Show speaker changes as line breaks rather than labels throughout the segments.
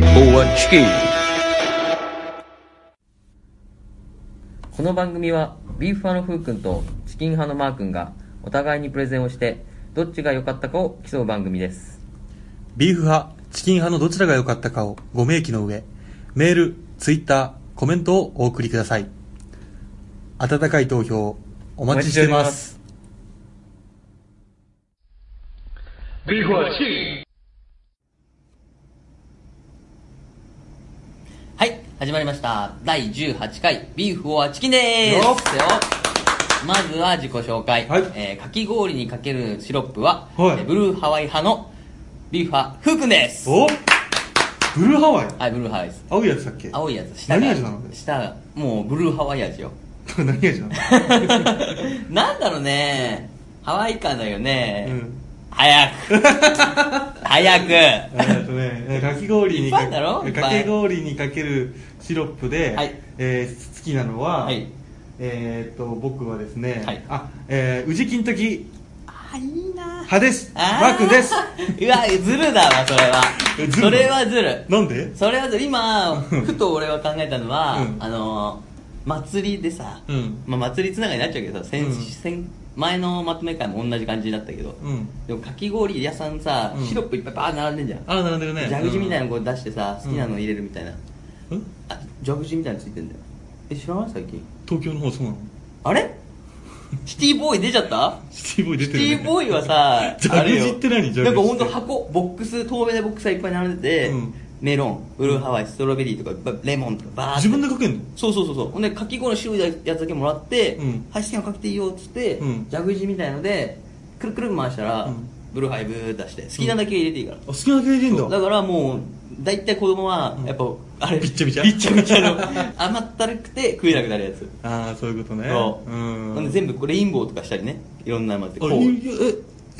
チキン
この番組はビーフ派のふうくんとチキン派のマーくんがお互いにプレゼンをしてどっちが良かったかを競う番組です
ビーフ派、チキン派のどちらが良かったかをご明記の上、メール、ツイッター、コメントをお送りください。温かい投票、お待ちしています。
ビーフはチキン
はい、始まりました。第18回、ビーフオアチキンで
よっ
ーすよまずは自己紹介。
はい
えーかき氷にかけるシロップは、
はい
えーブルーハワイ派のビーフ派、ふうくんです
おブルーハワイ
はい、ブルーハワイです。
青いやつだっけ
青いやつ、下が、
何味なの
下が、もうブルーハワイ味よ。
何味な の
なんだろうねハワイ感だよね、
うん
早 く早く
えっとね、えーかき氷に
いっぱいあるんだろいっ
か
ぱい
き氷にかけるシロップで、
はい
えー好きなのは、
はい
えーっと僕はですね、
はい
あ、えー、宇治金時
あいいな
派です。マ
あ
ー君で す。
うわずるだわそれは
えずる
それはずる
なんで？
それはずる今ふと俺は考えたのは、
うん
あの祭りでさ、
うん
まあ、祭りつながりになっちゃうけど先、
うん
先前のまとめ会も同じ感じだったけど、
うん。
でもかき氷屋さんさ、
うん
シロップいっぱいバー並んでんじゃん、
あ、並んでるね。
蛇口みたいな
な。
のこう出してさ好きなの入れるみたいな、
うん
あ蛇口みたいについてんだよえ知らない最近
東京の方そうなの？
あ れシティボーイ出ちゃった
シティボーイ出
シ
て
テ
る、ね。
ィボーイはさあれよ
蛇口って何蛇口って
なんかほんと箱ボックス透明なボックスがいっぱい並んでて、
うん
メロンブルーハワイストロベリーとかばレモンとかバーって
自分でかけんの？
そうそうそうそうほんでかき氷の白いやつだけもらって
うん
「配信をかけていいよ」っつって
うん
蛇口みたいのでくるくる回したら
うん
ブルーハイブー出して好きなだけ入れていいから
あ、好きなだけ入れて
そ
ん
う
だ。
だからもう大体子供は
うん
やっぱ、あれ
びっちゃびちゃ
びっちゃびちゃ の甘ったるくて食えなくなるやつ、
ああ、そういうことね。
そう、
ん。
なんで全部こうレインボーとかしたりねいろんな甘って
あ
こう
れいやえ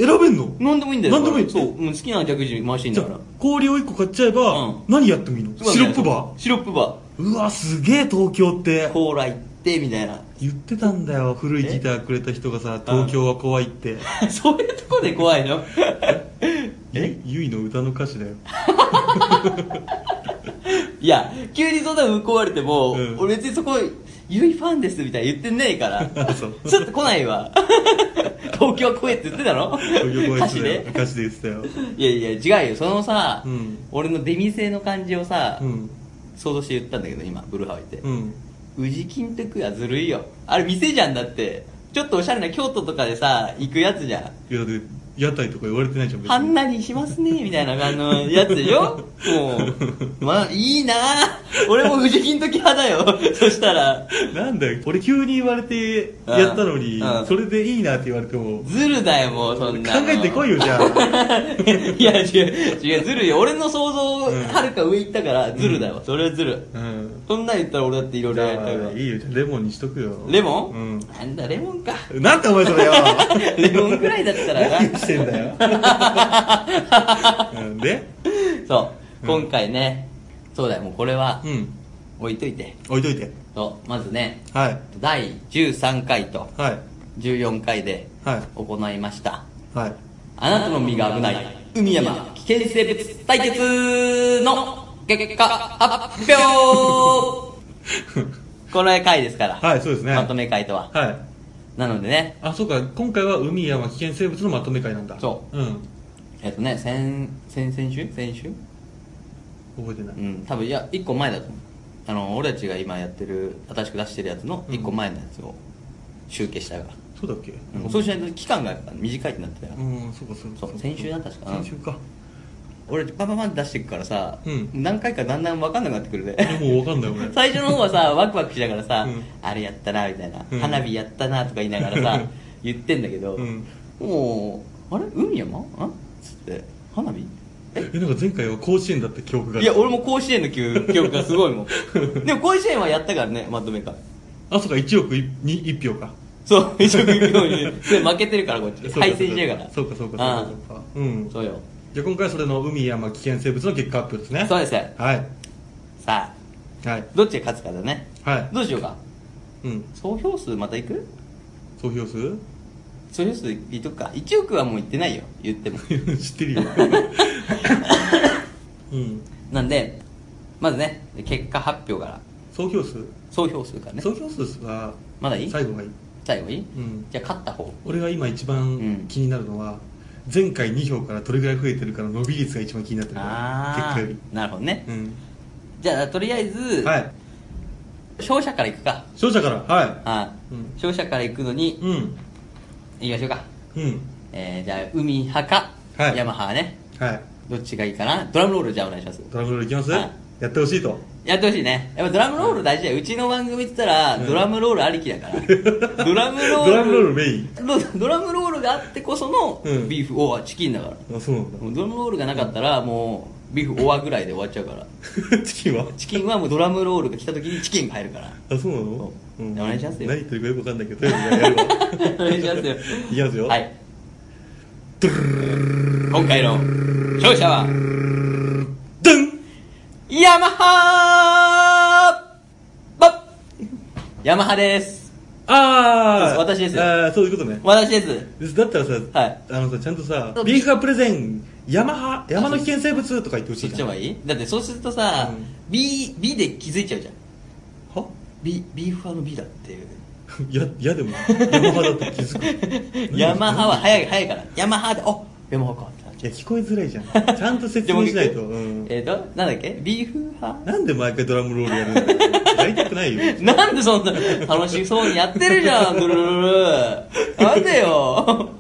選べんの？
何でもいいんだよ
何でもいい
そうもう好きな逆時回していいん
じ
だ
ゃ
から
あ氷を一個買っちゃえば、
うん
何やってもいいの？シロップバ
ーシロップバ
ー。うわ、すげえ東京って
ー。コーラ行ってみたい な
言ってたんだよ古いギターくれた人がさ東京は怖いって
そういうとこで怖いの
えゆいの歌の歌詞だよ
いや急にそんなの向こうわれても、
うん
俺別にそこゆいファンですみたいな言ってねえから
あ そう
ちょっと来ない わ東京来いって言ってたろ
東京怖い
歌
っ
詞
すだよ
で
歌詞で言ってたよ
いやいや違うよそのさ、
うん
俺の出店の感じをさ、
うん
想像して言ったんだけど今ブルーハワイって
うん
宇治金と食うはずるいよあれ店じゃんだってちょっとおしゃれな京都とかでさ行くやつじゃん
いやだって屋台とか言われてないじゃん別に
はんなにしますねみたいなあのやつでしょもうまあいいな俺も宇治金時派だよそしたら
なんだよ俺急に言われてやったのに
うんうん
それでいいなって言われても考
ズルだよもうそんなの
えてこいよ じゃあ
いや違う違うずるいよ俺の想像
うん
はるか上行ったからずるだよそれはずる
うん
そんなん言ったら俺だっていろい
じ
ろやっ
ゃ
た
あ
か
いいよじゃあレモンにしとくよ
らレモ
う
ンなんだレモンか
んなんでお前それよ
レモンくらいだったらな
何してんだよ うんで
そう
うん
今回ねそうだよもうこれは
うん
置いといて
置いといて
そうまずね
はい
第13回と
はい
14回で
はい
行いました
はい
あなたの身が危ない海山危険生物対決の結果発 表この回ですから
はいそうですね
まとめ回とは
はい
なのでね
あそうか今回は海山危険生物のまとめ会なんだ
そう
うん
えっとね先先々週先週、
覚えてないう
ん多分いや1個前だと思うあの俺たちが今やってる新しく出してるやつの1個前のやつを集計したから、
そうだっけ
うんそうしないと期間がやっぱ短いってなってたから、
うんそうかそうか
そう先週だ確か
先週か
俺たちバンバンバンって出していくからさ、
うん
何回かだんだん分かんなくなってくるね
でもう分かんない俺
最初の方はさワクワクしながらさ、
うん
あれやったなみたいな、
うん
花火やったなとか言いながらさ言ってんだけど、
うん
もうあれ海山んつって花火
えなんか前回は甲子園だった記憶があ
い
る
や俺も甲子園の記憶記憶がすごいもん でも甲子園はやったからねまとめか
あそうか1億いに1票か
そう一応行くようにそれ負けてるからこっ
そう
ち
か
敗戦してるから
そうかそうかそうかそうかうん
んそうよ
じゃあ今回はそれの海山危険生物の結果発表ですね
そうですすよ
はい
さあ
はい
どっちが勝つかだね
は
どうしようか
いうん
総票数またいく
総票数
総票数いっとくか1億はもういってないよ 言っても
知ってるようん
なんでまずね結果発表から
総票数、
総票数からね
総票数は
まだいい
最後がいい
最後いい、
うん
じゃあ勝った方
俺が今一
うん
番気になるのは、前回2票からどれぐらい増えてるかの伸び率が一番気になってるから
あ
結果より
あなるほどね、
うん
じゃあとりあえず、
はい
勝者からいくか
勝者からは
はい、
うん
勝者からいくのに
いうん
いきましょうか、
うん
えー、じゃあ海派か、
はい
ヤマハね
はい
どっちがいいかなドラムロールじゃあお願いします
ドラムロールいきます、
はい
やってほしいと
やってほしいねやっぱドラムロール大事だよ、うちの番組って言ったら、
うん
ドラムロールありきだから ドラムロール
ドラムロールメイン
ドドラムロールがあってこその
うん
ビーフオアチキンだから、
あそうなんだ
もうドラムロールがなかったらもうビーフオアぐらいで終わっちゃうから
チキンは
チキンはもうドラムロールが来た時にチキンが入るから
あそうなの
そうお願いしますよ
何言ってるかよくわかんないけどとりあえずやるわ
お願いしますよ
いきますよ
はい今回の勝者は
ドン
ヤマハばっヤマハです
ああ
そうです私ですよ
ああそういうことね
私です
ですだったらさ、
はい
あのさちゃんとさ
そう
ビーフがプレゼンヤマハ山の危険生物とか言ってほし
そっ
い
ち
じ
の
ゃん
方がいいだってそうするとさ、
うん
B, B で気づいちゃうじゃん
は
B, ビーフ派の B だっていう
や、やでも、ヤマハだって気づく。
ヤマハは早い早いからヤマハでおヤマハかってなっ
い
ちゃ
や、聞こえづらいじゃん。ちゃんと説明しないと。
でも
うん
うえっ、となんだっけビーフ派
なんで毎回ドラムロールやるんだろう。やりた くないよ。
なんでそんな楽しそうにやってるじゃんドゥルルルルなんで よ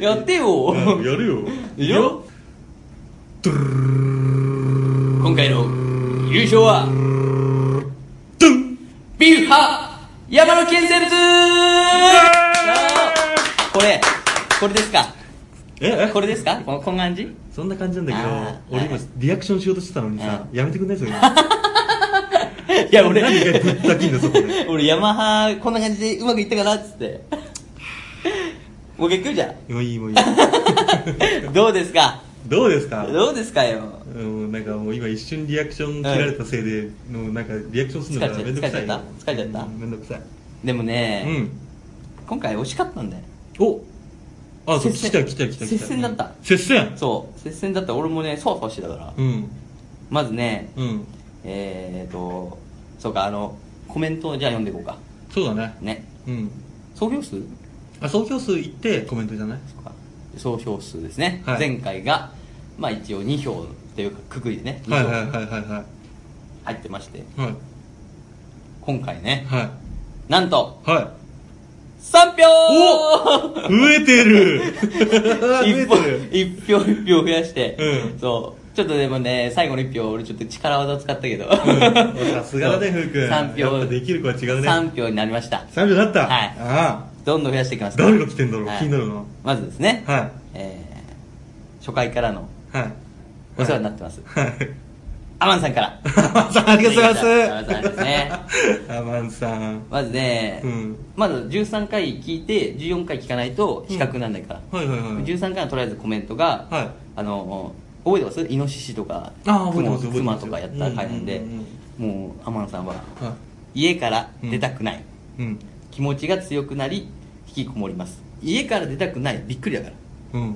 やってよ
うんやるよ。
いいよ今回の優勝は
ドン
ビーフ派山の県生物これこれですか
え
これですかこのこんな感じ
そんな感じなんだ
あ
け
ー
ど、俺今
はい、
リアクションしようとしてたのにさ、やめてく んないそれ。い
いや俺
何がぶった切んだ、そこで。
俺ヤマハこんな感じでうまくいったかなっつってもう一回来るじゃ
もういい、もういい。
んどうですか
どうですか
どうですかよ
うん、なんかもう今一瞬リアクション切られたせいで、のなんかリアクションするのがめんどくさい
疲れ
よ。
ちゃった疲れちゃった
うんめんどくさい。
でもね、
うん。
今回惜しかったんだよ
おあ、そう、
接
来
戦
た来た来た来た。
接戦だった
接戦
そう接戦だったら俺もねそわそわしてたから、
うん。
まずね
うん。
えーとそうかあのコメントをじゃあ読んでいこうか
そうだね。
ね
うん。
総票数
あ、総票数いってコメントじゃない
そうか総票数ですね、
はい
前回がまあ一応2票というかくくりでね
はい
2
はいはい
票
はいは
入ってまして、
い。はい。
今回ね
はい。
なんと
は
3票
い。増えてる増え
一
て
票
る
一票一票増やして、
うん
そうちょっとでもね最後の一票俺ちょっと力技を使ったけど、
うんさすがだねふうくん
3票
やっぱできる子は違うね
3票になりました
3秒だった
はい
あ
どんどん増やしていきま
あ。
すから
誰が来てんだろう
はい
気になるな。
まずですね、
は
えー初回からの
い。はい。
お世話になってます、
はい。
アマンさんから
アマンさん、ありがとうござい
アマン
ます
さんですね
アマンさん。
まずね、
うん
まず13回聞いて14回聞かないと比較にならないから、
はいはいはい。
13回のとりあえずコメントが、
はい
あの覚えてますイノシシとか
あー覚えてま
ク
す
モ
覚えてます
クマとかやった回なんで、
うんうん
もう天野さんは
は
家から出たくない、
い。うん。
気持ちが強くなり引きこもります家から出たくないびっくりだから
うん。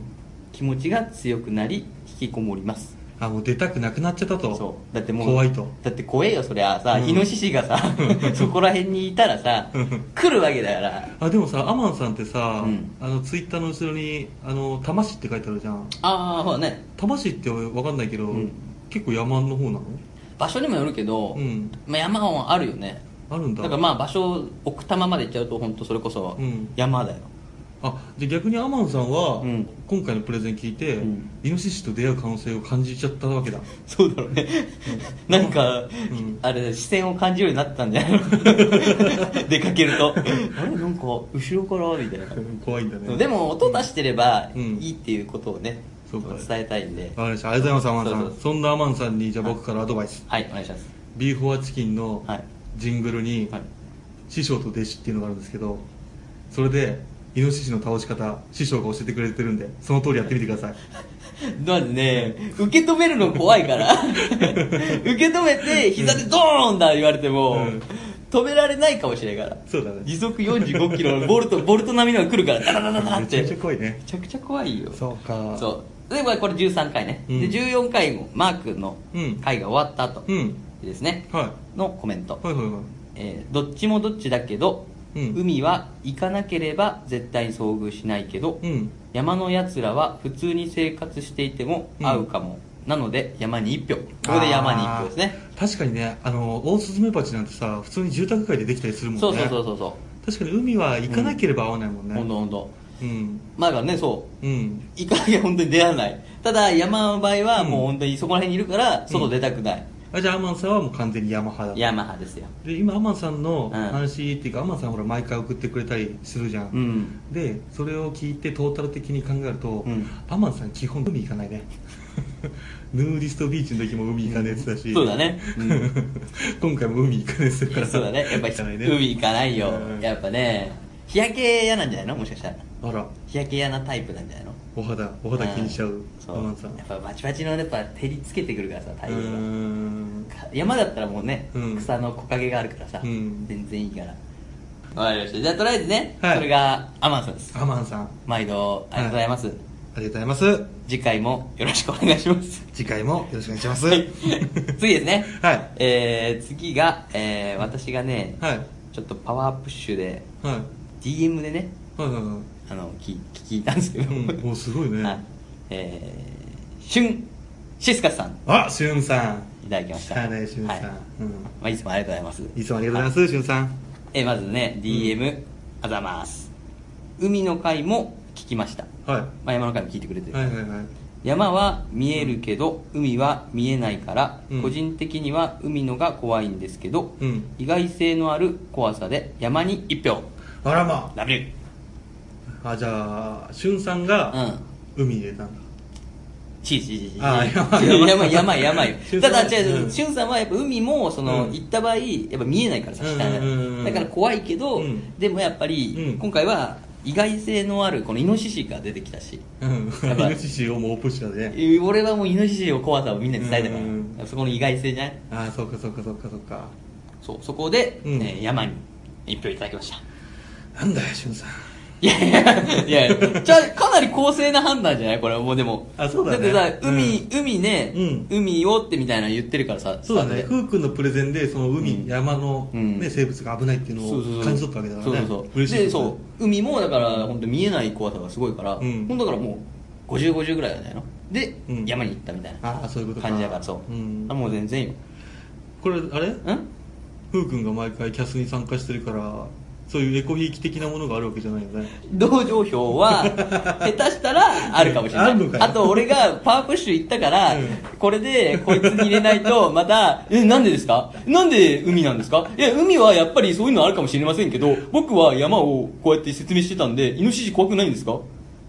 気持ちが強くなり引きこもります
あ、もう出たくなくなっちゃったと。
そうだってもう
怖いと。
だって怖えよそりゃさ、
うん
イノシシ がさそこら辺にいたらさ
うん
来るわけだから
あでもさアマンさんってさ、
うん
あのツイッターの後ろに「あの魂」って書いてあるじゃん
ああほらね
魂って分かんないけど、
うん
結構山の方なの
場所にもよるけど、
うん
まあ、山はあるよね
あるんだ
だからまあ場所奥多摩まで行っちゃうと本当それこそ
うん
山だよ、
あじゃあ逆にアマンさんは、
うん
今回のプレゼン聞いて、
うん
イノシシと出会う可能性を感じちゃったわ けだ
そうだろうね、なんか、
ん
あれ視線を感じるようになったんじゃない の出かけるとあれなんか後ろからみたいな
怖いんだね
でも音出してれば
うん
いいっていうことをね、
そうか
伝えたいんで
わかりましたありがとうございますアマンさん
そう
そ
そうん
なアマンさんにじゃあ僕からアドバイス
はいお願いします
ビーフォアチキンの
はい
ジングルに、
はい
師匠と弟子っていうのがあるんですけどそれでイノシシの倒し方師匠が教えてくれてるんでその通りやってみてください
まずね受け止めるの怖いから 受け止めて膝でドーンだ言われても、
うん
止められないかもしれないから
そうだね
時速45キロボ ルトボルト並みのが来るからダラダラダラって
めちゃめちゃ怖いね
めちゃくちゃ怖いよ
そうか
そうでまあこれ13回ね、
うん
で14回もマークの
うん
回が終わった後、
うん
ですね
は
のコメント
い、はいはいはい
えーどっちもどっちだけど、
うん
海は行かなければ絶対遭遇しないけど、
うん
山のやつらは普通に生活していても合うかも、なので山に一票ここで山に一票ですね
あー確かにねあのオオスズメバチなんてさ普通に住宅街でできたりするもんね
そうそうそうそうそ
確かに海は行かなければ合わないもん
う
ね
ほんとほんと
うん
まあだからねそう
うん
行かなきゃ本当に出会わないただ山の場合はもう本当にそこら辺にいるから外出たくない、
あじゃあアマンさんはもう完全に山派だ
ヤマハですよ
で今アマンさんの
うん
話っていうか、アマンさんほら毎回送ってくれたりするじゃん、
うん
でそれを聞いてトータル的に考えると、
ん
アマンさん基本海行かな いねヌーディストビーチの時も海行かねえって言ってたし
そうだね、うん
今回も海行かねえって言ってるから
そうだねやっぱり
行かないね
海行かないよ、
うん
やっぱね日焼け嫌なんじゃないのもしかしたら
あら
日焼け嫌なタイプなんじゃないの
お肌お肌気にしちゃう
そ
アマンさん
うやっぱバチバチのやっぱ照りつけてくるからさ太陽
うー
が
ん
か山だったらもうね、
うん
草の木陰があるからさ、
うん
全然いいからわかりましたじゃあとりあえずね、
はい
それがアマンさんです
アマンさんあ
毎度ありがとうございます、
りがとうございます
次回もよろしくお願いします
次回もよろしくお願いします
はい 次ですね、
はい
えー次が、えー私がね、
はい
ちょっとパワープッシュで
はい
DM でね
はいはいは
あの聞聞いたんですけど、
いうんおすごいね、
はいえー、しゅんシスカさん
あしゅんさん
いただきました
はいねしゅんさ
は
ん、
い
うん
まあ、いつもありがとうございます
いつもありがとうございます、しゅんさん。
えーまずね DM、あざます海の回も聞きました、
は
まあ、山の回も聞いてくれて
い。
る、
はいはいはい。
山は見えるけど、海は見えないから、
うん
個人的には海のが怖いんですけど、
うん
意外性のある怖さで山に一票
あらま
W
あ。あ、じゃあ、しゅんさん
う
が
ん
海入れたんだ。
ちいちいちいちい
あー山
山山山よ
俊さ
た
ん
だ違
うん
うしゅんさんはやっぱ海もその、
うん
行った場合やっぱ見えないからさ
うん
下
うんうんうん
だから怖いけど、
うん
でもやっぱり、
うん
今回は意外性のあるこのイノシシが出てきたし
うん。
やばい
イノシシをもうプッシュだね。
俺はもうイノシシの怖さをみんなに伝えたから、
うんうんうん
そこの意外性じゃない
ああ、そうかそうかそうかそうか。
そうそこで、
うん
えー山に一票いただきました
なんだよ、しゅんさん。
いやいやいやいやじゃあかなり公正な判断じゃないこれはもうでも
あそうだね
ってさ海、海ね、
うん
海をってみたいなの言ってるからさ
そうだね。
スター
ふ
トで
うくんのプレゼンで、その海、
うん
山の、
うん
ね、生物が危ないっていう
そうそう
の
そ
を
う
感じ取ったわけだから
そう
ね。
そうそう
嬉しい
で
ことだね
そう海もだから本当見えない怖さがすごいから、
うん
ほんだからもう5050ぐらいなんじゃないので、
うん
山に行ったみたいな
ああ、そういうことか。
感じだからそう、
ん
あ。もう全然よ
これ、あれ
うん
ふうくんが毎回キャスに参加してるから、そういうエコひいき的なものがあるわけじゃないよね。
同情票 は下手したらあるかもしれな
あんのか
い
よ
あと俺がパワープッシュ行ったから、
うん
これでこいつに入れないと また「えなんでですかなんで海なんですかいや海はやっぱりそういうのあるかもしれませんけど僕は山をこうやって説明してたんでイノシシ怖くないんですか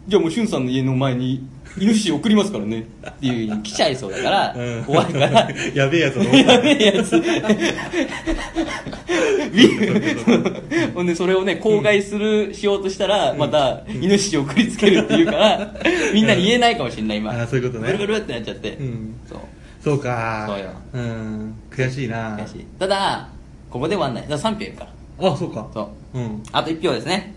じゃあもうしゅんさんの家の前にイノシシ送りますからねっていう風に来ちゃいそうだから、
うん
怖 いから
やべえやつだな
やべえやつ。ビー フほんで、それをね、公害する、しようとしたら、また、イノシシを送りつけるっていうから、みんなに言えないかもしれない、今。
あーそういうことね
ブルブルってなっちゃって。
うん
そう。
そうか
そうよ
うん悔しいな
悔しい。ただ、ここで終わんない。だから3票いるから。
あそうか
そう
うん
あと1票ですね。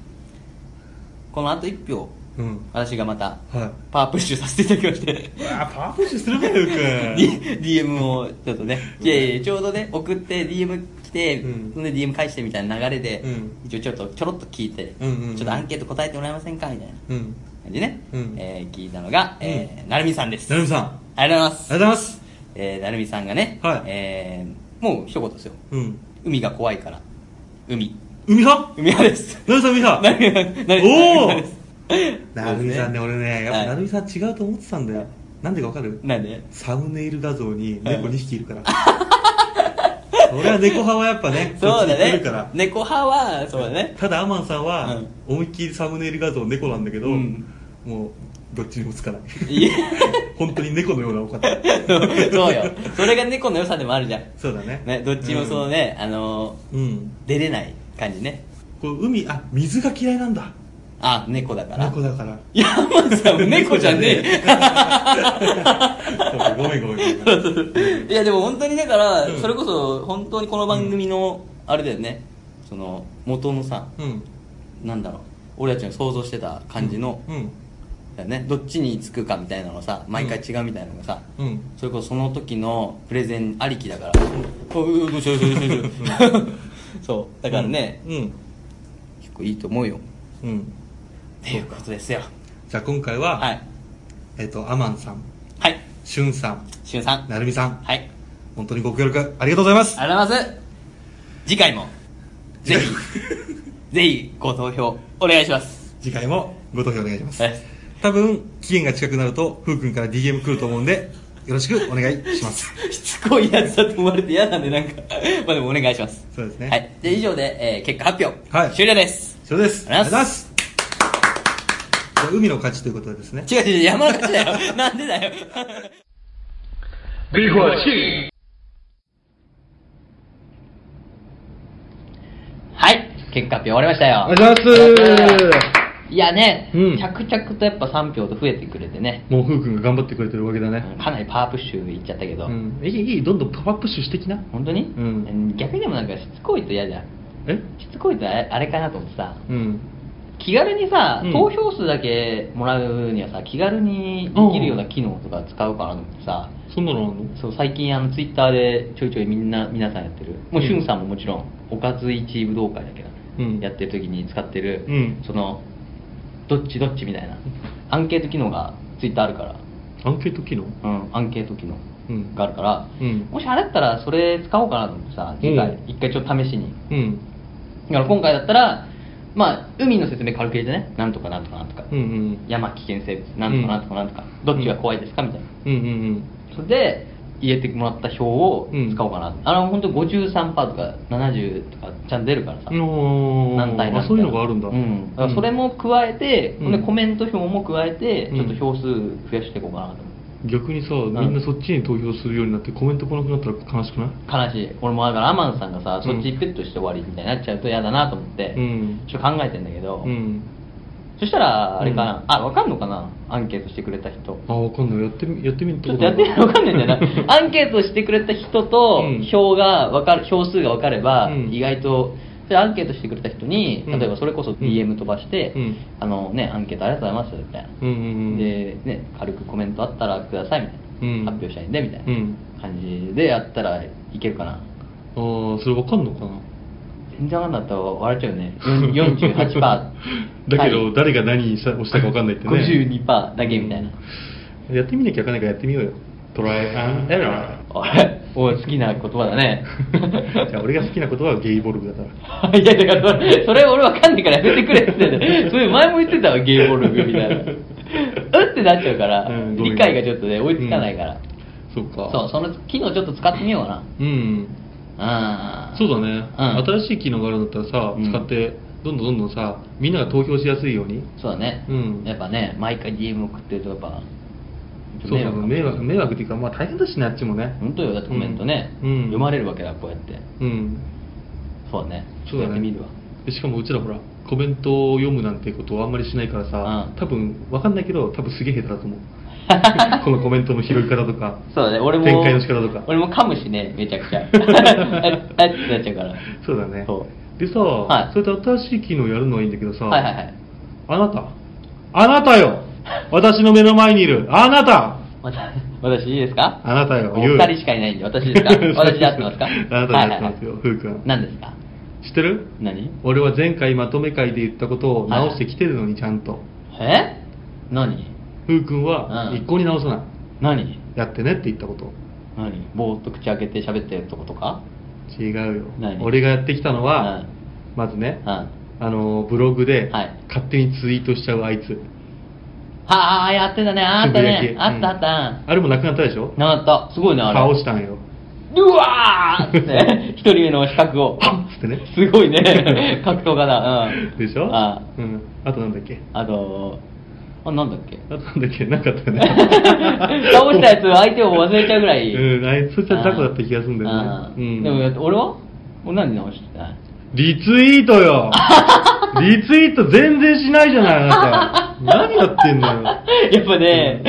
このあと1票、
うん
私がまた、
はい
パワープッシュさせていただきまして。
うわあパワープッシュするねふうく
D- DM をちょっとねいやいやいやちょうどね送って DM 来て、
うん
そんで DM 返してみたいな流れで、
うん
一応ちょっとちょろっと聞いて、
うんうんうん
ちょっとアンケート答えてもらえませんかみたいなん
うん
感じでね、
うん
えー聞いたのが、えーなるみさんです
なるみさん
ありがとうございま
あ
す、
りがとうございます
えーなるみさんがね、
はい
えーもう一言ですよ
うん
海が怖いから海
海派
海派です
なるみさん海
な
派
るみなるみ
おー
なるみです
なるみさん
そうで
ね
す
俺ねやっ
は
ぱ
い
なるみさん違うと思ってたんだよなんでかわかる
なんで
サムネイル画像に猫
はい
2匹いるから俺は猫派はやっぱね
そうだ
こっちに来
ね
るから
猫派はそうだね
ただアマンさんは
うん
思いっきりサムネイル画像猫なんだけど
うん
もうどっちにもつ かない
いや
本当に猫のようなお 方
そうよ。それが猫の良さでもあるじゃん。
そうだね
ね、どっちもそのね、あのー、
うん、うん
出れない感じね。
こう海あ水が嫌いなんだ
あ、猫だから。
猫だから
いや、まあさ、 猫じゃね
そうかごめんごめんごめん
え。いや、でも本当にだから、
うん
それこそ、本当にこの番組の、あれだよね、その、元のさ、
うん
なんだろう、俺たちの想像してた感じの、
うん
だよねどっちにつくかみたいなのさ毎回違うみたいなのがさ、
うん
それこそその時のプレゼンありきだから、うん、どうしようどうしようどうしよう そうだからね、
うん
結構いいと思うよ
うん
っていうことですよ
じゃあ今回は、
はい
えっ、とアマンさん
はい
しゅんさん
しゅんさん
なるみさん
はい
本当にご協力ありがとうございます
ありがとうございます次回もぜ ひぜひご投票お願いします
次回もご投票お願いします
はい
多分期限が近くなるとふうくんから DM 来ると思うんでよろしくお願いします
しつこいやつだと思われて嫌なんでなんか まあでもお願いします
そうですね
はいで以上で、えー結果発表、
はい
終了です
それです
ありがとうございます
ありがとうございますじゃあ海の勝ちということでですね
違う違う違う山の勝ちだよなんでだよ
避火器，
はい結果発表終わりましたよ
お願いします
いやね、
うん
着々とやっぱ3票と増えてくれてね
もうふうくんが頑張ってくれてるわけだね
かなりパワープッシュいっちゃったけど、
うんいいいいどんどんパワープッシュしてきな
本当に、
ん
逆にでもなんかしつこいと嫌じゃん
え
しつこいとあれあれかなと思ってさ
うん
気軽にさ、
うん
投票数だけもらうにはさ気軽にできるような機能とか使うかなと思ってさ、
そんなのあんの
そう最近あのツイッターでちょいちょいみんな皆さんやってるもうしゅんさんももちろんおかず一武道会だけど、
うん
やってる時に使ってる、
うん
そのどっちどっちみたいなアンケート機能がツイッターあるから、
アンケート機能
うん、アンケート機能
うん
があるから、
うん
もしあれだったらそれ使おうかなと思ってさ次回
うん
一回ちょっと試しに
うん
だから今回だったらまあ海の説明軽く入れてねなんとかなんとかなんとか、
うんうん
山危険生物なんとかなんとかなんとか、どっちが怖いですかみたいな
うんうん
それで入れてもらった票を使おうかな、あの本当53%とか70とかちゃんと出るからさ、
うんおー
何対何
あそういうのがあるんだ
うん、だからそれも加えて、
うん
でコメント票も加えて
うん
ちょっと票数増やしていこうかなと思
逆にさみんなそっちに投票するようになってコメント来なくなったら悲しくない
悲しい俺もだからアマンさんがさ
うん
そっちペットして終わりみたいになっちゃうと嫌だなと思って、
うん
ちょっと考えてんだけど、
うん
そしたらあれかな、
うん
あ分かんのかなアンケートしてくれた人
あわかんないやってみやってみる
ちょっとやってみるわかんないんだよ なアンケートしてくれた人と
うん
票が分かる票数が分かれば
うん
意外と、でアンケートしてくれた人に
うん
例えばそれこそ DM 飛ばして「
うん
あのねアンケートありがとうございます」みたいな、
うんうんうん
で、ね、軽くコメントあったらくださいみたいな、
うん
発表したいんでみたいな
うん
感じでやったらいけるかな
ああそれわかんのかな
全然分かんなかったら笑っちゃうよね48%パー
だけど誰が何にした押したかわかんないってね
52%パーだけみたいな、
やってみなきゃわかんないからやってみようよトライアンエラ
おいおい好きな言葉だね
ー じゃあ俺が好きなことはゲイボルグだから
いやだからそれそれ俺わかんないからやめてくれって言っててそれ前も言ってたわゲイボルグみたいな うってなっちゃうから、
うんごめん
理解がちょっとね追いつかないから、
そうか
そうその機能ちょっと使ってみようか
うん
なうん
そうだね、
うん、
新しい機能があるんだったらさ
うん
使ってどんどんどんどんさみんなが投票しやすいように
そうだね、
うん
やっぱね毎回 DM 送ってるとやっぱ
そうそう迷惑迷惑っていうかまあ大変だしねあっちもね
本当よだってコメントね、
うん
読まれるわけだこうやって
うん
そうだね
そうだ
やっ
ね
てみる わ
でしかもうちらほらコメントを読むなんてことをあんまりしないからさ、
うん
多分わかんないけど多分すげえ下手だと 思うこのコメントの拾い方とか
そうだね俺も
展開の仕方とか
俺も噛むしねめちゃ くちゃああってなっちゃうから
そうだね
そ
でさ、
はい
そうやって新しい機能やるのはいいんだけどさ、
はいはいはい
あなたあなたよ私の目の前にいるあなた
また 私いいですか
あなたよ
お
言う
二人しかいないんで私 ですか私で合ってますか
あなたで合
はい
ってますよ
はいはい
ふうくん
何ですか
知ってる
何
俺は前回まとめ会で言ったことを直してきてるのにちゃんと、
え何
ふうくんは
うん
一向に直さない、
何
やってねって言ったこと
何ぼーっと口開けて喋ってるとことか
違うよ
何
俺がやってきたの
う
は、
ん
まずね、
うんは
あのブログで
はい
勝手にツイートしちゃうあいつ、
あやってたねあった
つぶや
ね
き
あったあっ
うん
た
あれもなくなったでしょ
なかったすごいねあれ
倒したんよ
うわーっつって 一人目の資格を
パンっつってね
すごいね格闘家だうん
でしょ
あ
うん、あとなんだっけ
あとあなんだっけ
あとなんだっけなかったよね
倒したやつ相手を忘れちゃうぐらい
うんあいつそしたら雑魚だった気がするんだよ
あ
ね
ー
うん
でもやっぱ俺は俺何直してない
リツイート よリツイート全然しないじゃないあなた 何やってんのよ
やっぱね、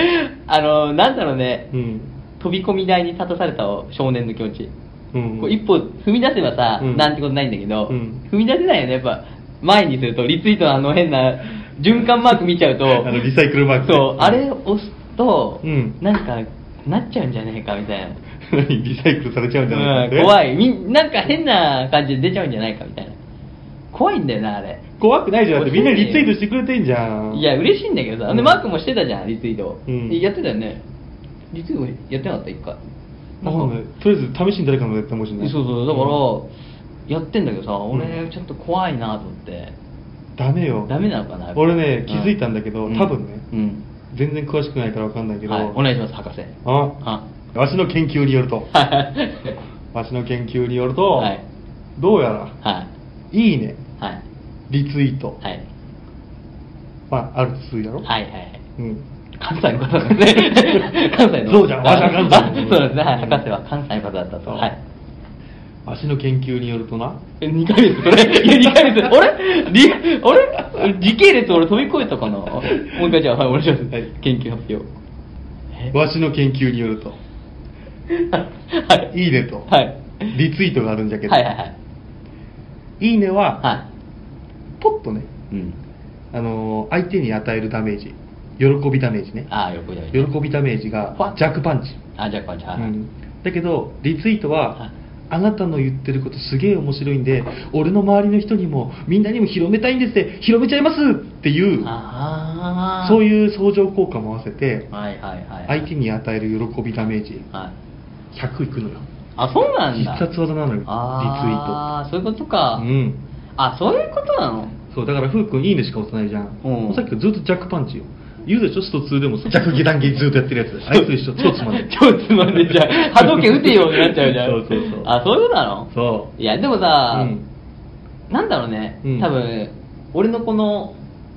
あのなんだろうね、
うん
飛び込み台に立たされた少年の気持ち、
うん
こう一歩踏み出せばさ、
うん
なんてことないんだけど、
うん
踏み出せないよねやっぱ前にするとリツイートのあの変な循環マーク見ちゃうと、
あの、リサイクルマークね。
そう、あれ押すと、
うん
なんか、なっちゃうんじゃないかみたいな。
何リサイクルされちゃうんじゃないか
うん怖
い。
いみ。なんか変な感じで出ちゃうんじゃないかみたいな。怖いんだよな、あれ。
怖くないじゃん。だってみんなリツイートしてくれてんじゃん。
いや、嬉しいんだけどさ。で、マークもしてたじゃん、リツイートを。
うん
やってたよね。リツイートやってなかった、一回。
わかんない。とりあえず試しに誰かのやったかもしれない。
そうそう、だから、やってんだけどさ、
う
俺、
ん
ちょっと怖いなと思って。
ダメよ。
ダメなのかな
俺ね、気づいたんだけど、
うん
多分ね、
うん。
全然詳しくないからわかんないけど、
はい、お願いします、博士。
あ、
あ
わしの研究によると、
はい。
わしの研究によると、
はい
どうやら、
はい。
いいね、
はい。
リツイート、
はい。
まあ、あるとするやろ。
はいはい。
うん。
関西の方なんです ね。関西の。
そうじゃんわしは関西
あそうなんですね。はい博士は関西の方だったと。
そう
はい。
わしの研究によるとな、
え、2回です、そ れ。いや、2回です。あれりあれ時系列俺飛び越えたかなもう一回じゃあ、はい、お願いします。
はい
研究発表。え
わしの研究によると、
はい。
いいねと、
はい。
リツイートがあるんじゃけど、
はいはいはい。
いいねは、
は
ポッとね、
い。うん。
あのー相手に与えるダメージ、喜びダメージね、
ああ、よくや
喜びダメージが
ふわっ
弱パンチ。
あ、じゃあ、こんにちは。
う
はい
んだけどリツイートは、
はい
あなたの言ってることすげえ面白いんで俺の周りの人にもみんなにも広めたいんですって広めちゃいますっていう
ああ。
そ
う。
ういう相乗効果も合わせて
はいはいはい。
相手に与える喜びダメージ
はい。
100いくのよ
あ、そうなん
必
だ。
殺技なのよリツイー
ああ、そういうことか。
トうん
あ、そういうことなの
そうだからふうくんいいねしか押さないじゃん、
うん
さっきからずっとジャックパンチよ言うでしょスト2でもさジャック下段蹴りずっとやってるやつあいつと一緒超つまんない
超つまんでじゃん。 波動拳打てようになっちゃうじゃん。
そうそうそう
あ、そういうことなの
そ
いや、でも
う
さ、
うん
なんだろうね、
うん
多分、俺のこの、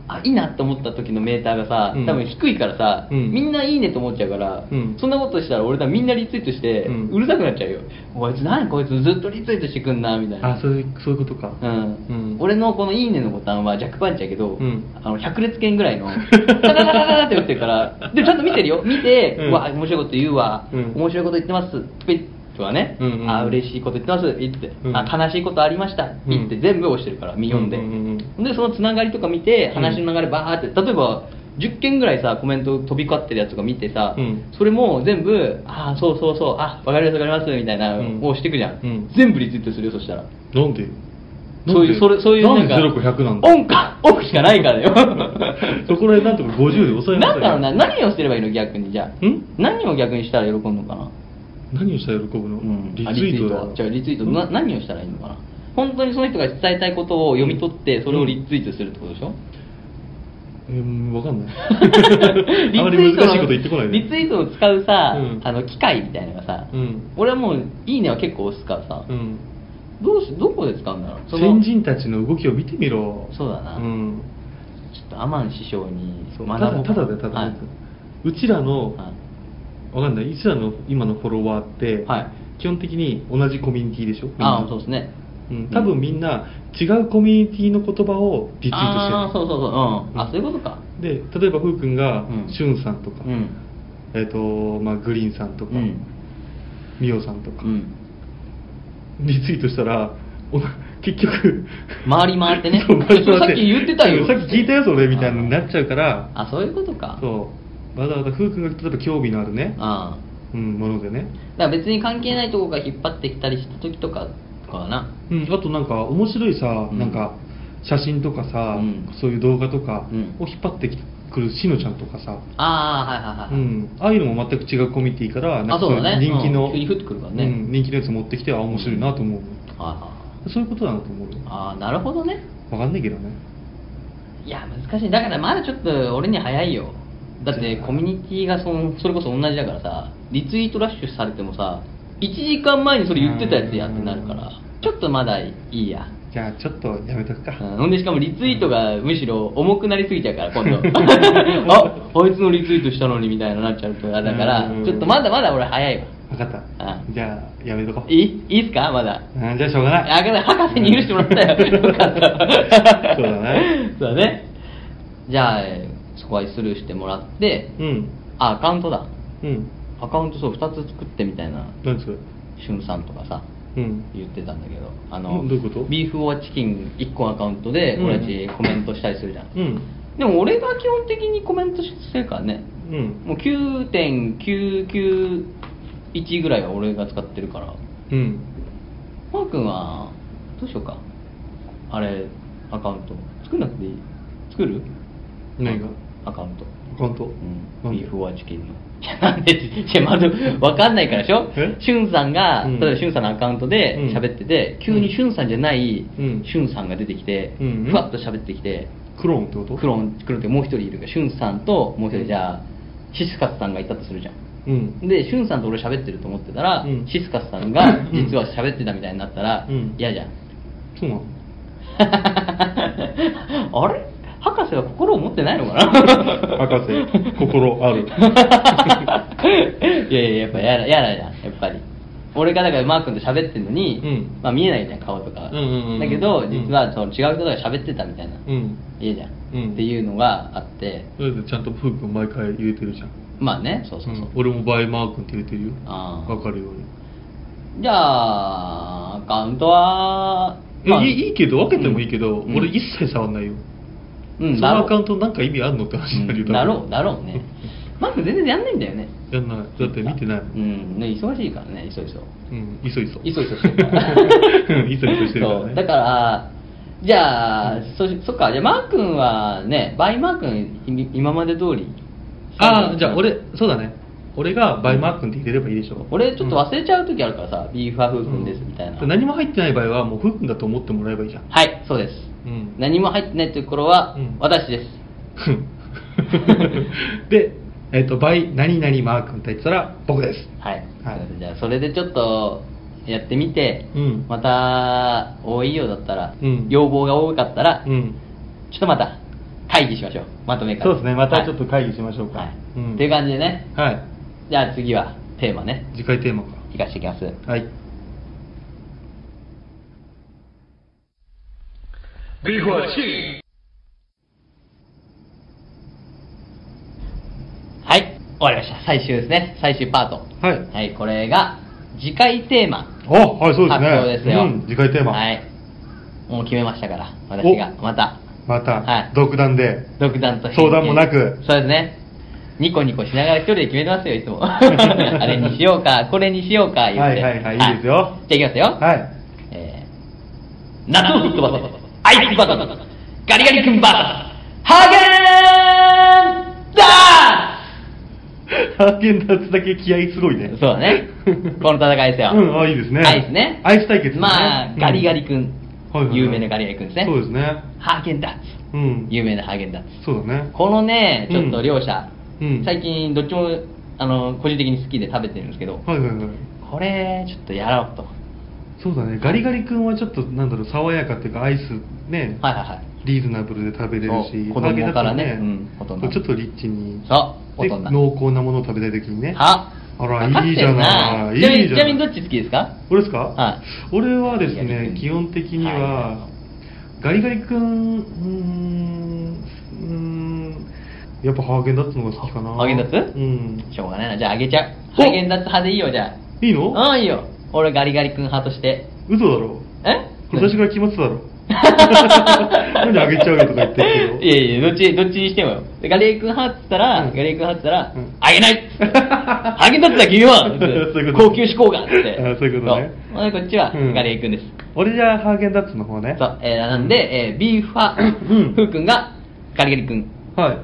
あ、いいなって思った時のメーターがさ、
うん
多分低いからさ、
うん
みんないいねと思っちゃうから、
うん
そんなことしたら俺らみんなリツイートして、
う
うんるさくなっちゃうよ。こいつ何こいつずっとリツイートしてくんな、みたいな。
あそういうそういうことか
うん
うん
俺のこの「いいね」のボタンは弱パンチやけど、
うん
あの100列圏ぐらいの タタタタタタって打ってるからでもちゃんと見てるよ見て、
う
うんわ面白いこと言うわ、
うん
面白いこと言ってますピッとはね、
うんうんうん
あ嬉しいこと言ってますピッて、
うん
あ悲しいことありましたピッて
うん
全部押してるから見読んで、
うんうん
でそのつながりとか見て
ん
話の流れバーって例えば10件ぐらいさコメント飛び交ってるやつが見てさ、
うん
それも全部「ああそうそうそうあわかりますわかります」みたいな
うん
のを押してくじゃん、
うん
全部リツイートするよそしたら
なんで
そういう、それ、そういう、
なん
なん
で
か、
0個100なん
オ
だ
ンか、オフしかないからよ。
そこら辺なんとか50で抑えな
な
さ
ん
い
だろうな、何をすればいいの逆に、じゃあ。
ん
何を逆にしたら喜ぶのかな
何をしたら喜ぶの、
うん。
リツ
あ
イートだ
はじゃあ、リツイート、な何をしたらいいのかな本当にその人が伝えたいことを読み取って、それをリツイートするってことでしょ、
えー、分かんな
リ
い
ツイート
あ
の
まり難しいこと言ってこないで
リツイートを使うさ、
うん
あの、機械みたいなのがさ、
うん
俺はもう、いいねは結構押すからさ、
うん
どうし、どこで使うんだろうその
先人たちの動きを見てみろ、
そうだなんちょっとアマン師匠に
そう
学
ただ
ぼうか
ただでただ、
はいう
ちらの、
はい
わかんないうちらの今のフォロワーって、
はい
基本的に同じコミュニティでしょみんな
あそうですね。
うん、多分みんな違うコミュニティの言葉をリツイートしてる
ああ、そうそうそう。うん。
うん
あ、そういうことか。
で例えばふうくんが、
うん
しゅんさんとか、
うん。
えっ、とまあグリーンさんとか、
うん。
みおさんとか、
うん。
リツイートしたらお結局
回り回ってね
そう回り回
さっき言ってたよ
うんさっき聞いたよそれみたいなのになっちゃうから
あ、そういうことか。
そうわざわざふうくんが例えば興味のあるね、
あ
うん、ものでね
あ。だから別に関係ないとこが引っ張ってきたりした時とかとかはな。
うん、あとなんか面白いさ、
うん
なんか写真とかさ、
うん
そういう動画とか
うん
を引っ張ってきてくるしのちゃんとかさ、
ああ、は
う
いはいはい。はい
ん、ああいうのも全く違うコミュニティからなんか
あそうだね
人気の、
うん急に降ってくるからね
うん人気のやつ持ってきてあ面白いなと思う、
はい
そういうことだなと思うよ
ああ、なるほどね。
わかんないけどね
いや、難しい。だからまだちょっと俺には早いよ。だってコミュニティがそのそれこそ同じだからさ、リツイートラッシュされてもさ、1時間前にそれ言ってたやつやってなるから、ちょっとまだいいや。
じゃあちょっとやめとくか、
うんほんでしかもリツイートがむしろ重くなりすぎちゃうから今 度ああいつのリツイートしたのにみたいななっちゃうからだから
うん
ちょっとまだまだ俺早いわ
分かった、
あ
じゃあやめとこう
いいいいっすかまだ
うんじゃあしょうがない
あけど博士に許してもらった よよかった
そうだね
そうだねじゃあえーそこはスルーしてもらって
うん
あアカウントだ
うん
アカウントそう2つ作ってみたいな
何それ
しゅんさんとかさ
うん
言ってたんだけどあの
んどういうこと
ビーフ・オア・チキン1個アカウントで
うん
俺たちコメントしたりするじゃん、
うん
でも俺が基本的にコメントしてるからね
うん
もう9.991ぐらいは俺が使ってるから
うん
マー君はどうしようかあれアカウント作んなくていい作る
何が
アカウント
本当
うん、ビーフォアチキンの。いやなんで、いやまず、わかんないからでしょ
え
しゅんさんが、
うん
例えばしゅんさんのアカウントで
うん
喋ってて、急にしゅんさんじゃない
うん
しゅんさんが出てきて、
うん
ふわっと喋ってきて、
クローンってこと
クロン、クロンってもう一人いるから、しゅんさんと、もう一人じゃあ、シスカスさんがいたとするじゃん。
うん
で、しゅんさんと俺喋ってると思ってたら、
うん
シスカスさんが実は喋ってたみたいになったら
うん、
嫌、じゃん。
そうなの
あれ博士は心を持ってないのかな
博士心ある
いやいや、やっぱやだ、やだじゃん、やっぱり。俺がだからマー君と喋ってんのに、
うん
まあ見えないじゃん、顔とかは。
うんうんうんうん
だけど、実はその違う人が喋ってたみたいな。
うん
家じゃん,、
う
っ
ん
ていうのがあって、
それでちゃんとフー君毎回入れてるじゃん
まあね、そうそうそう。
うん俺もバイマー君って入れてるよ
あー
わかるように
じゃあ、アカウントは、
えいいいいけど分けてもいいけど、
うん
俺一切触んないよ、
うん、
その
だろ
アカウントなんか意味あんのって話になるよ、
うんだろう、だろう ね。マー君全然やんないんだよね。
うやんないだって見てないも
うんん、ね、忙しいからね、急いそ
うんいそいそ
いそいそしてるから
うんいそいそしてるから
そう
ね
だからじゃあ、そそっかじゃあマー君はねバイマー君い今まで通り
ああじゃあ俺そうだね俺がバイマー君って入れればいいでしょ
俺ちょっと
忘
忘れちゃう時あるからさ、ビーファフー君ですみたいな、
何も入ってない場合はもうフー君だと思ってもらえばいいじゃん
はいそうです
うん
何も入ってないところは、
うん
私です
で、えっとバイ何々マー君って言ってたら僕です
はい、
はい
じゃあそれでちょっとやってみて、
うん
また多いようだったら、
うん
要望が多かったら、
うん
ちょっとまた会議しましょうまとめから
そうですねまたちょっ
は
と会議しましょう
い
か、
はい
ん
っていう感じでね
はい
じゃあ次はテーマね
次回テーマか
いかしていきます
はい
比火器，
はい終わりました最終ですね最終パート
はい
はいこれが次回テーマ
あはいそうです
発
ね
表ですよ、
うん次回テーマ
はいもう決めましたから私が
お
また
また、
はい
独断で
独断と偏見
相談もなく
そうですねニコニコしながら一人で決めてますよいつ も あれにしようかこれにしようか言って
はいはいはいいいです
じ
よ
ゃあいきますよ、
はい
えー、夏を吹っ飛ばせアイスバトルガリガリ君バトルハーゲンダーツ
ハーゲンダッツだけ気合すごいね。。
そうだね この戦いですよ。
うんあいいですね
アイスね。
アイス対決ね
まあ、
うん
ガリガリ君。
はいはいはい
有名なガリガリ君ですね。
そうですね。
ハーゲンダッツ。
うん。
有名なハーゲンダッツ。
そうだね。
このね、ちょっ
う
と
ん
両者、
うん
最近どっちも、あの、個人的に好きで食べてるんですけど、
はいはいはい。
これ、ちょっとやろうと。
そうだね。ガリガリ君はちょっと、なんだろう、爽やかっていうか、アイスね、
はいはいはい。
リーズナブルで食べれる
そ
し、
う子供からね
ハーゲンダッツも
うん大人
ちょっとリッチに。
そう
で
大人
濃厚なものを食べたい時にね。
は
あら
わかってる
いいじゃない
ちなみに
いいじ
ち
ゃない
なみにどっち好きですか
俺ですか、
は
俺はです
ガリガリ
ね、
君
基本的には、ガリガリ君、うーん、うーん、やっぱハーゲンダッツの方が好きかな。
ハーゲンダッツ
うん。
しょうがないな。じゃああげちゃう。
お
ハーゲンダッツ派でいいよ、じゃ
いいの
あ。うん、いいよ。俺ガリガリ君派として。
嘘だろ
え
これ私から決まってただろなんであげちゃうよとか言ってる
いやいや、どっち、どっちにしてもよ。でガリガリ君派って言ったら、
う
ガ
ん
リガリ君派って言ったら、
うん
あげない ハーゲンダッツだ君は
そういうこと
高級志向がって。
あそういうことね
そうほんでこっちは、
うん
ガリガリ君です。
けど俺じゃあハーゲンダッツの方ね
そう、えー、なんで、えー、ビーフ派、
うん
フー君がガリガリ君、
はい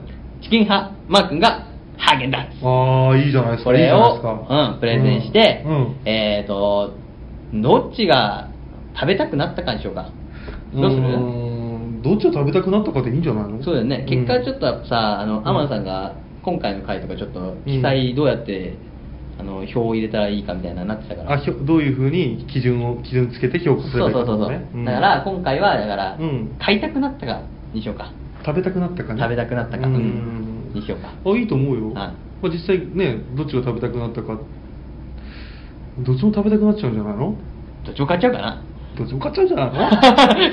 チキン派、マー君がハーゲンダッツ。
ああいいじゃないですか
これ
いいじゃない
を
ですか
うん、プレゼンして、
うんうん
えっ、とどっちが食べたくなったかにしようかどうする
ーんどっちを食べたくなったかでいいんじゃないの
そうだよね結果ちょっ
と、
とさあの、
ん
アマンさんが今回の回とかちょっと記載どうやって、あの表を入れたらいいかみたいなのになってたから
あひょどういうふうに基準を基準つけて評価す
そ
れば
う
いい
そ
か
うそうそう、
ねん
だから今回はだから、
うん
買いたくなったかにしようか
食べたくなったかね
食べたくなったか
うん
うんにしようか
あいいと思うよ、
はい
まあ、実際ねどっちが食べたくなったかどっちも食べたくなっちゃうんじゃないの
どっちも買っちゃうかな
どっちも買っちゃうんじゃない の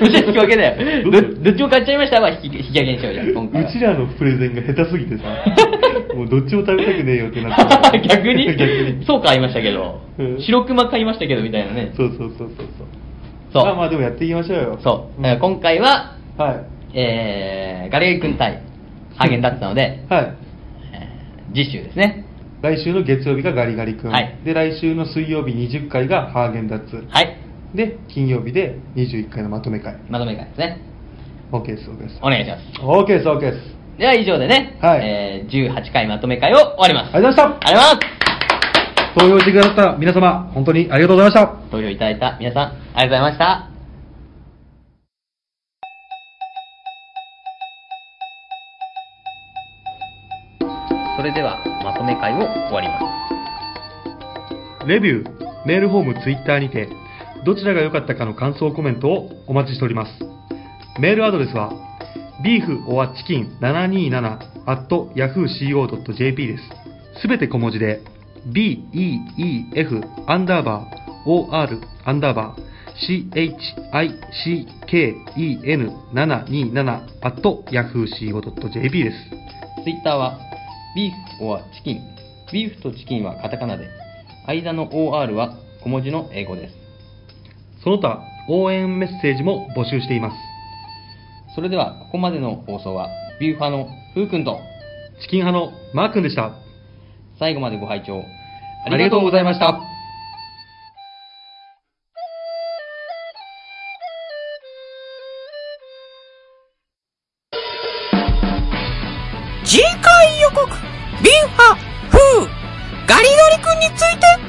どっちが引き分けだよ
ど
ど
っち
どっちも買っちゃいましたは引き引き上げにしようじゃん 今回は
うちらのプレゼンが下手すぎ てさもうどっちも食べたくねえよってなって
逆に
逆に
そう買いましたけど、
うん
白熊買いましたけどみたいなね
そうそうそうそう
そう
まあまあでもやっていきましょうよ
そう、
ん
えー今回は、
はい
えーガレイ君対ハーゲンダッツなので、
はい。
えー次週ですね。
来週の月曜日がガリガリ君、
はい
で来週の水曜日20回がハーゲンダッツ、
はい。
で金曜日で21回のまとめ会
まとめ会ですね。
OK です OK です
お願いします。
OK です OK です
では以上でね、
はい
えー18回まとめ会を終わります。
ありがとうござい
ありがと
まし
うございます。
た投票してくださった皆様本当にありがとうございました
投票いただいた皆さん、ありがとうございました。それでは、まとめ会を終わります。
レビューメールフォームツイッターにてどちらが良かったかの感想コメントをお待ちしておりますメールアドレスは beeforchicken727-yahooco.jp ですすべて小文字で beef アンダーバー or アンダーバー chicken727-yahooco.jp です
ツイッターは、ビーフ or チキン。ビーフとチキンはカタカナで、間の OR は小文字の英語です。
その他応援メッセージも募集しています
それでは、ここまでの放送は、ビューファーのふうくんと、
チキン派のマー君でした
最後までご拝聴あ
あり
りがと
がと
うご
うご
ざ
ざ
い
い
ま
ま
し
したた。
次回予告ビンハフーガリガリ君について